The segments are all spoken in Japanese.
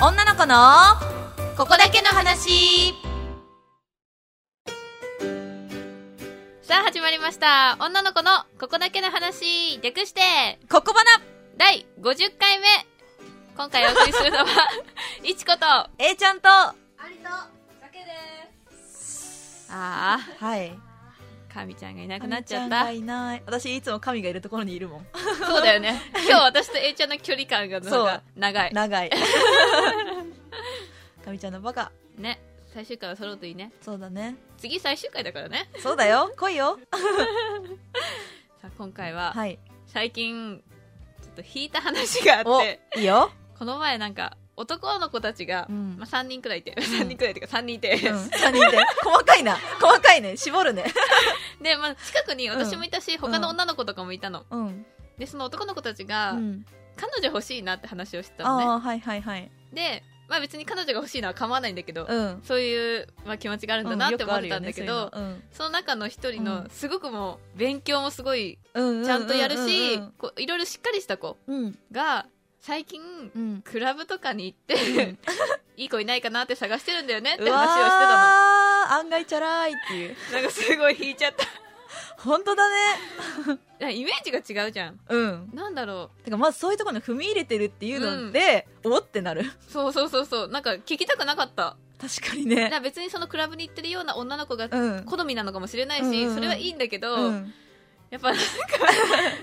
女の子のここだけの話さあ始まりました女の子のここだけの話略してここばな第50回目今回お送りする のはいちことあ A ちゃんとりとだけですあはいかみちゃんがいななくなっちゃっちゃんたがいない私いつも神がいるところにいるもんそうだよね今日私と A ちゃんの距離感がなんか長い 長い神ちゃんのバカね最終回は揃うといいねそうだね次最終回だからね そうだよ来いよさあ今回ははい最近ちょっと引いた話があっおていいよこの前なんか男の子たちが、うんまあ、3人くらいいて3人くらいというか3人いて、うん、3人 で細かいな細かいね絞るねで、まあ、近くに私もいたし、他の女の子とかもいたのうん、でその男の子たちうが、ん、彼女欲しいなって話をしてたのねああはいはいはいで、まあ、別に彼女が欲しいのは構わないんだけど、うんそういう、まあ、気持ちがあるんだなって思ってたんだけど、その中の一人うのんすごくもう勉強もすごいうんちゃんとやるし、うんこういろいろしっかりした子うんが最近うんクラブとかに行って、 いい子いないかなって探してるんだよねってう話をしてたわー案外チャラいって いうのなんかすごい引いちゃった 本当だねいやイメージが違うじゃんうんなんだろてかまずそういうところに踏み入れてるっていうので、おってなるうそうそうそうそうなんか聞きたくなかった確かにだかねら別にそのクラブに行ってるような女の子がうん好みなのかもしれないし、うんうんうんそれはいいんだけど、うんやっぱ なんか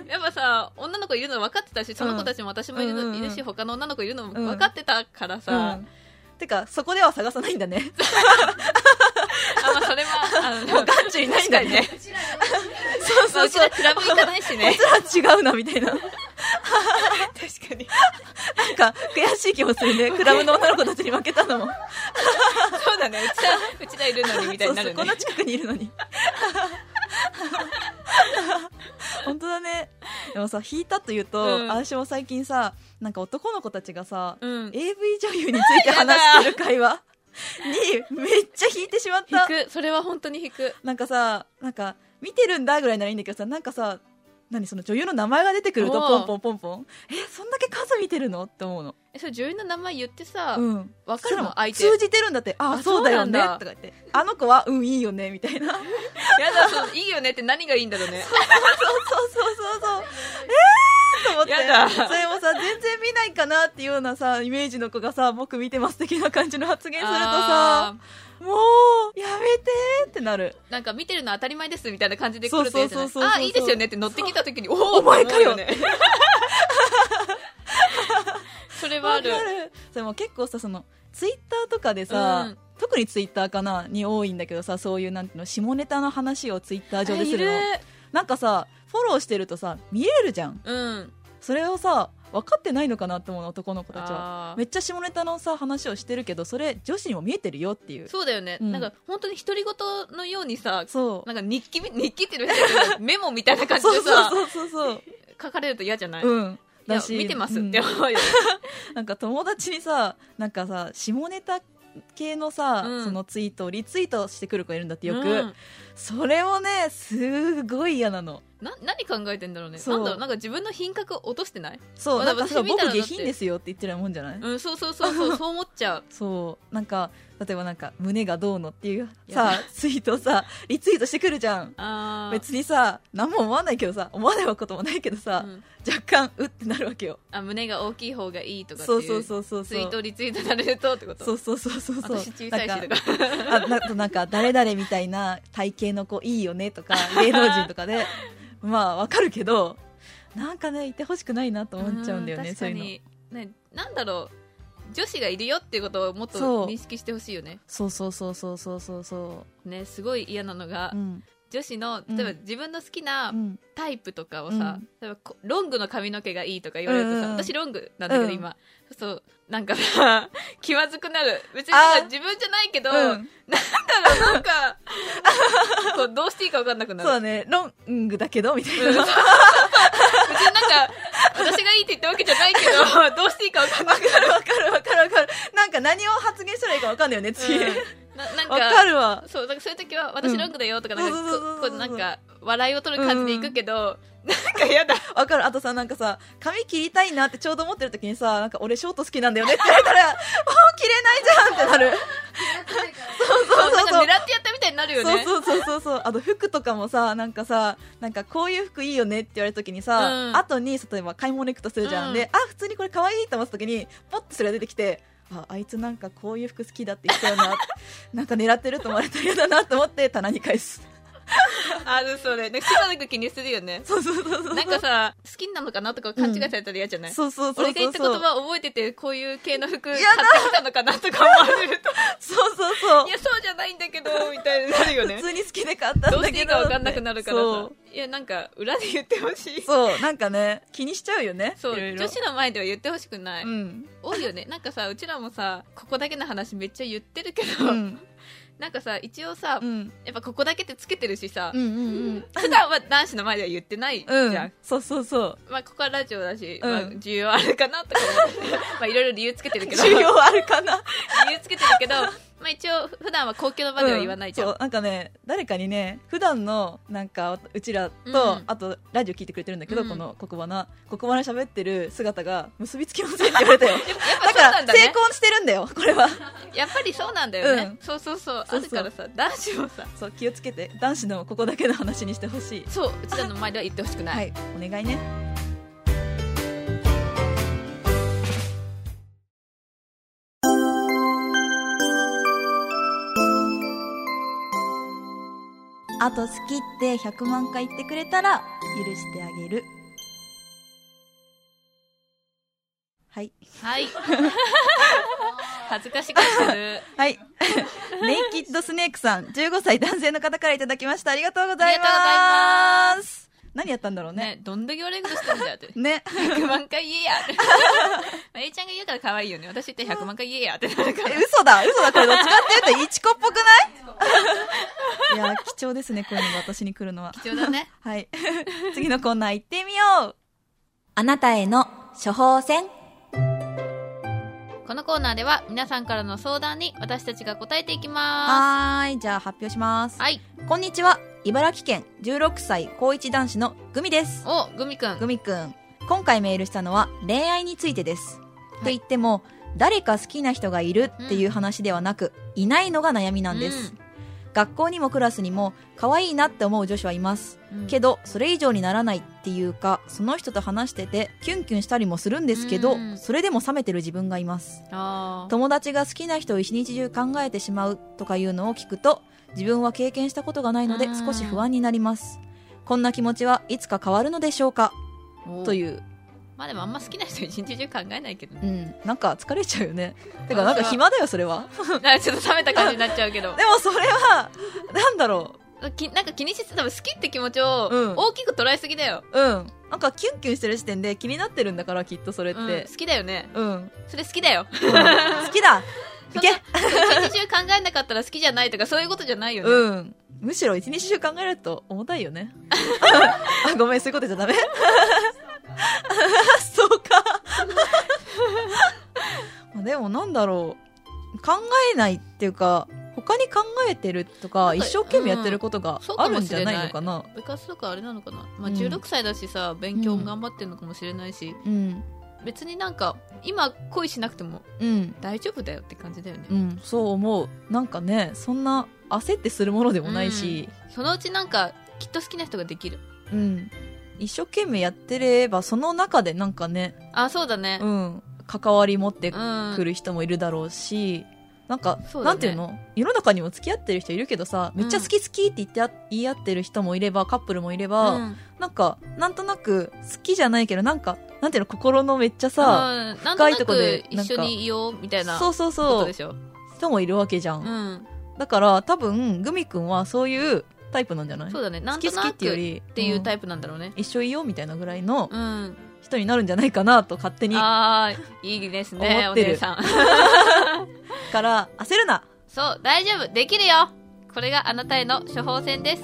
やっぱさ女の子いるの分かってたしその子たちも私もいる,、うんうんうんいるし他の女の子いるのもうん分かってたからさ、うんてかそこでは探さないんだねあまあそれはあのもう眼中にないんだねうちらそうまそあううちそうらクラブ行かないしねそら違うなみたいな 確かになんか悔しい気もする ねクラブの女の子たちに負けたのもそうだねうちらうちらいるのにみたいそうになそうるこんねな近くにいるの に本当だねでもさ引いたというと、うん私も最近さなんか男の子たちがさ、うん AV 女優について話してる会話にめっちゃ引いてしまった引くそれは本当に引くなんかさなんか見てるんだぐらいならいいんだけどさなんかさ何その女優の名前が出てくるとおうポンポンポンポンえそんだけ数見てるのって思うの、えそれ女優の名前言ってさ、うん、分かるそれの相も手や通じてるんだってああそうだよねそうなんだとか言ってあの子はうんいいよねみたい なそうだそういいよねって何がいいんだろうねそうそうそうえーと思ってやだそれもさ全然見ないかなっていうようなさイメージの子がさ僕見てます的な感じの発言するとさあーもうやめてーってなるなんか見てるのは当たり前ですみたいな感じで来るそとう嫌そじうゃそなういそうあーいいですよねって乗ってきた時にお おお前かよね それはあるわかるそれも結構さそのツイッターとかでさ、うん特にツイッターかなに多いんだけどさそういうなんていうの下ネタの話をツイッター上でするのあいなんかさフォローしてるとさ見れるじゃんるうんそれをさ分かってないのかなって思うの男の子たちはあめっちゃ下ネタのさ話をしてるけどそれ女子にも見えてるよっていうーそうだよね、うんなんか本当に独り言のようにさそうなんか日記み日記っていうのなんかメモみたいな感じでそうさそうそうそう書かれると嫌じゃない、そういうんやだし見てますうっんて思うよね、なんか友達にさなんかさ下ネタ系のさ、うんそのツイートをリツイートしてくる子いるんだってよく、うんそれもねすごい嫌なのな何考えてんだろうねそうなんだろうなんか自分の品格落としてないそうまあなんかさ私見た僕ら下品ですよって言ってるようなもんじゃない、うんそうそうそ うそうそう思っちゃうそうなんか例えばなんか胸がどうのっていういやさツイートをさリツイートしてくるじゃんあー別にさ何も思わないけどさ思わないこともないけどさ、うん若干うってなるわけよあ胸が大きい方がいいとかっていそううそうそうそうツイそートうリツイートされるとってことそうそうそうそうそう私小さいしとかあなとなんか誰々みたいな体型の子いいよね とか芸能人とかでまあわかるけどなんかねいてほしくないなと思っちゃうんだよね確そかういうのにねなんだろう女子がいるよっていうことをもっそうと認識してほしいよねそうそうそうそうそうそうそねすごい嫌なのが、ううん女子のうん例えば自分の好きなうんタイプとかをさ、うん例えばこロングの髪の毛がいいとか言われるとさ、うん私ロングなんだけどうん今、そうなんかさ 気まずくなる別になんあか自分じゃないけど、うなんんだろうなんか こうどうしていいか分かんなくなそうるだねロングだけどみたいうん な別になんか私がいいって言ったわけじゃないけどどうしていいか分かんなわくかるわかるわかるわかるなんか何を発言したらいいかわかんないよね次て、わ、ななんかるわそうなんかそういう時は「私ロングだよ」とかなんか、そうそうそうそうここうなんか笑いを取る感じでいくけど、なんかやだわかるあとさなんかさ髪切りたいなってちょうど思ってる時にさなんか俺ショート好きなんだよねって言われたらもう切れないじゃんってなるないからそうそうなそんうか狙ってやったみたいになるよねうそうそうそうそうそうあと服とかもさなんかさなんかこういう服いいよねって言われた時にさ、うん後に例えば買い物行くとするじゃん、うんであ普通にこれ可愛いと思った時にポッとそれが出てきてああいつなんかこういう服好きだって言ったよ ななんか狙ってると思われたら嫌だなと思って棚に返すあるそれなんか好きなの気にするよねそうそうそうそうなんかさ好きなのかなとか勘違いされたら嫌じゃない、そうそうそうそう俺が言った言葉覚えててこういう系の服買っやてだきたのかなとか思われるとそうそうそういやそうじゃないんだけどみたいになるよね普通に好きで買ったんだけどどうしていいか分かんなくなるからそさういやなんか裏で言ってほしいそうなんかね気にしちゃうよねそういろいろ女子の前では言ってほしくない、うん、多いよねなんかさうちらもさここだけの話めっちゃ言ってるけうど、んなんかさ一応さ、うんやっぱここだけってつけてるしさ、うんうん普段は男子の前では言ってないじゃうんん、そうそうそうまあここはラジオだし、うんまあ、需要あるかなとか思 ってまあいろいろ理由つけてるけど需要あるかな理由つけてるけど、まあ、一応普段は公共の場では言わないじゃん、うんそうなんかね誰かにね普段のなんかうちらと、うんあとラジオ聞いてくれてるんだけど、うんこの黒板の黒板の喋ってる姿が結びつきませんって言われ たよやっぱだそうかならんだ成ね婚してるんだよこれはやっぱりそうなんだよね、うんそうそうそうそうそうあるからさ男子もさそう気をつけて男子のここだけの話にしてほしいそううちらの前では言ってほしくない、はいお願いねあと好きって100万回言ってくれたら許してあげるはい はい。恥ずかしがってる。はい ネイキッドスネークさん15歳男性の方からいただきましたありがとうございますあ何やったんだろうねね、どんだけ悪いことしてんだよって。ね100万回言えや って。まあ、A ちゃんが言うから可愛いよね。私って100万回言えやってなるから。え嘘だ嘘だこれどっちかっていうといちこっぽくないいや貴重ですねこういうのが私に来るのは貴重だね。はい 次のコーナー行ってみようあなたへの処方箋このコーナーでは皆さんからの相談に私たちが答えていきまはーいじゃあ発表しますす。はい。こんにちは茨城県16歳高一男子のグミですお、グミくん。グミくん今回メールしたのは恋愛についてです、と言っても誰か好きな人がいるっていう話ではなく、いないのが悩みなんです、う学校にもクラスにも可愛いなって思う女子はいますうんけどそれ以上にならないっていうかその人と話しててキュンキュンしたりもするんですけど、うんそれでも冷めてる自分がいますあー友達が好きな人を一日中考えてしまうとかいうのを聞くと自分は経験したことがないのでうん少し不安になりますこんな気持ちはいつか変わるのでしょうかおという、まあでもあんま好きな人一日中考えないけどうね。ん、なんか疲れちゃうよ ねてかなんか暇だよそれはなんかちょっと冷めた感じになっちゃう けど。でもそれはなんだろきなんか気にしつつ多分好きって気持ちをうん大きく捉えすぎだよ。ううんなんかキュンキュンしてる時点で気になってるんだからきっとそれっうんて、好きだよね。うん、それ好きだよ。好き だいけ一日中考えなかったら好きじゃないとかそういうことじゃないよね、うん。むしろ一日中考えると重たいよ ね。あ、ごめん、そういうことじゃダメ。 そうか。 まあでもなんだろう。考えないっていうか、他に考えてるとか、なん一か生懸命やってることんがそうあかるもんしじゃれないないのかな。部活とかあれなのかな、まあ、うん16歳だしさ勉強も頑張ってるのかもしれないし、うん。別になんか今恋しなくてもうん。大丈夫だよって感じだよね、うん、そう思う。なんかね、そんな焦ってするものでもないし、そのうちなんかきっと好きな人ができるうん。一生懸命やってれば、その中でなんかね、あそうだねうん、関わり持ってうん、来る人もいるだろうし、なんか、そうだなねんていうの世の中にも付き合ってる人いるけどさ、めっちゃ好き好きって言ってあ言い合ってる人もいれば、カップルもいれば、うんなんか、なんとなく、好きじゃないけど、なんか、なんていうの心のめっちゃさ、うん、なんと深いなとこくで一緒にいようみたいなそこうそうとそうで、しょ人もいるわけじゃ。うんんだから、多分、グミくんはそういうタイプなんじゃないそうだねな好んとき好きなっていうよくっり、ていうタイプ。イプなんだろうね一緒いようみたいなぐらいのうん、人になるんじゃないかなと勝手に。だあーいいですね思おってる姉さんから、焦るなそう、大丈夫、できるよこれがあなたへの処方箋です。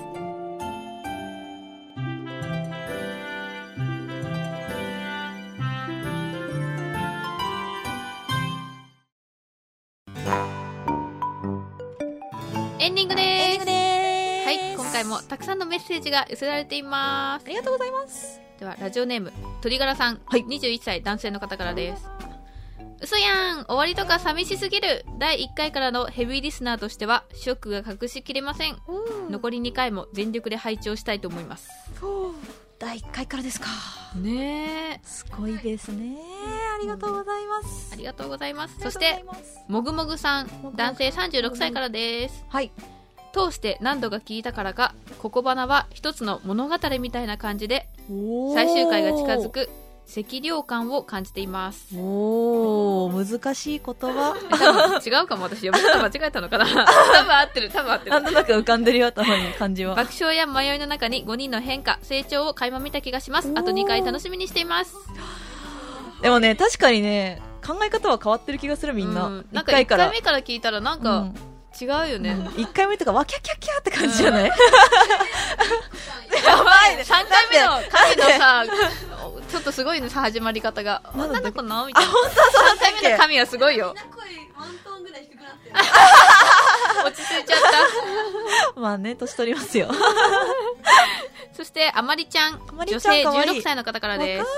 エンディングです。エンディングでーすですはい、今回もたくさんのメッセージが寄せられていますあ。りがとうございますでは、ラジオネーム、鳥柄さん、はい21歳男性の方からです。嘘やん終わりとか寂しすぎる第1回からのヘビーリスナーとしては、ショックが隠しきれません。残り2回も全力で拝聴したいと思います。第1回からですかねえ。すごいですねありがとうございますありがとうございます。そしありてが、とうございますもぐもぐさんも、ぐ男性36歳からです。はい通して何度か聞いたからか、ここばなは一つの物語みたいな感じで、最終回が近づく赤涼感を感じています。おお難しい言葉多分違うかも私読み方間違えた のかな多分合ってる多分合ってるなんとなく浮かんでるよ頭に感じは爆笑や迷いの中に5人の変化成長を垣間見た気がしますあと2回楽しみにしていますでもね確かにね考え方は変わってる気がするみんうな、一な1んか1回か回ら目から聞いたらなんか違う よね、うん、1回目とかわキャキャキャって感じじゃない、やばいね3回目の回のなさちょっとすごいのさ始まり方がなんだ女っけの子のみたいなそうだっけ3回目の髪はすごいよみんな声ワントーンぐらい低くなってる。 落ち着いちゃっ たまあね年取りますよそして、あまりちゃん。まりちゃん女かわいい性16歳の方からです若。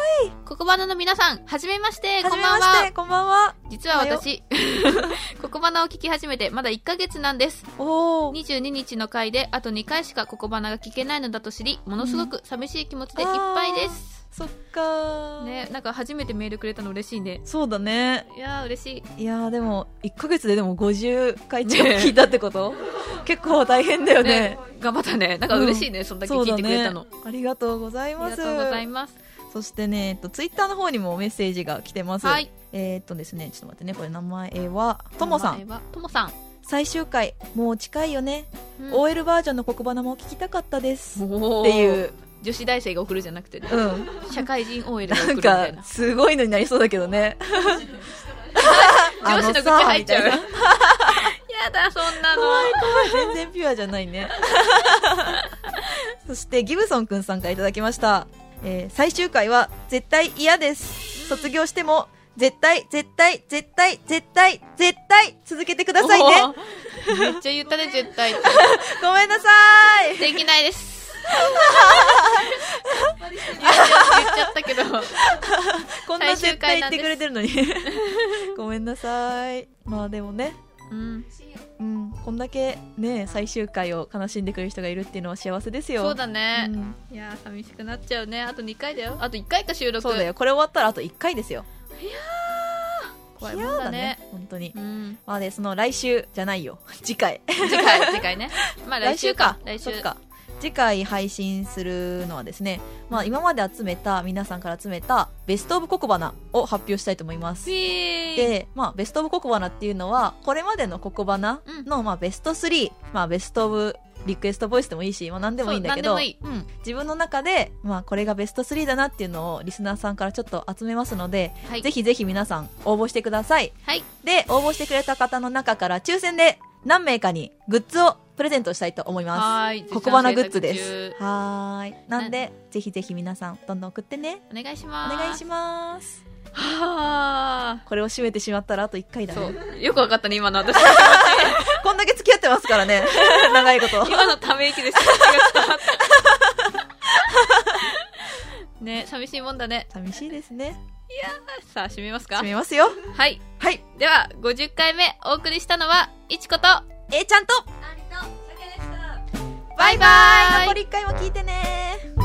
ココバナの皆さん、はじめましはて、こじんめばんましては。こんばんは実は私、 ココバナを聞き始めてまだ1ヶ月なんです。おお22日の回であと2回しかココバナが聞けないのだと知り、ものすごく寂しい気持ちでいっぱいです。そっかーね、なんか初めてメールくれたの嬉しいね。そうだねいやー嬉しい。いやーでも1ヶ月ででも50回近く聞いたってこと、結構大変だよねね、頑張ったね。なんか嬉しいね、そんだけそう聞いだてくれたねの。ありがとうございあまりがすとうございます。そしてね、えっと、ツイッターの方にもメッセージが来てます、はい。えーっとですねちょっと待ってねこれ名前はともさ名ん前は。ともさん。最終回もう近いよね、うん OL バージョンの黒花も聞きたかったですっおーていう女子大生が送るじゃなくてね、うん社会人 OL が送なるみんたいなかすごいのになりそうだけどね 上司の口入っちゃうあのさみたいな やだそんなの全然ピュアじゃない ねそしてギブソンくんさんからいただきました、えー最終回は絶対嫌です卒業しても絶対絶対絶対絶対絶対続けてくださいねおーめっちゃ言ったね絶対ってごめんなさいできないです言っちゃ言っちゃったけどこんな絶対言ってくれてるの にごめんなさいまあでもねうんうん、こんだけね最終回を悲しんでくれる人がいるっていうのは幸せですよそうだねう、んいやー寂しくなっちゃうねあと2回だよあと1回か収録そうだよこれ終わったらあと1回ですよ怖いもんだね本当にうんまあねその来週じゃないよ 次回次回次回ね まあ来週か来週そっか次回配信するのはですね、まあ、今まで集めた皆さんから集めたベスト・オブ・ココバナを発表したいと思いますウィーイで、まあ、ベスト・オブ・ココバナっていうのはこれまでのココバナの、まあ、ベスト3、まあ、ベスト・オブ・リクエスト・ボイスでもいいし、まあ、何でもいいんだけそどう何でうん自分の中で、まあ、これがベスト3だなっていうのをリスナーさんからちょっと集めますので、はいぜひぜひ皆さん応募してくださいはいで応募してくれた方の中から抽選で何名かにグッズをプレゼントしたいと思いまはーいすココバナグッズで絶賛す制作はーいなんでぜひぜひ皆さんどんどん送ってね中お願いしおます願いしますはこれを締めてしまったらあと1回ーだそねう よくわかったね今の 私こんだけ付き合ってますから ね長いこと今のため息で気持ちが伝わ った。ね、寂しいもんだね。寂しいですねさあ、閉めますか締めますよはい。はいでは、50回目お送りしたのは、いちこと、バえーちゃんとありと、さけでした。イバイ残り1回も聞いてね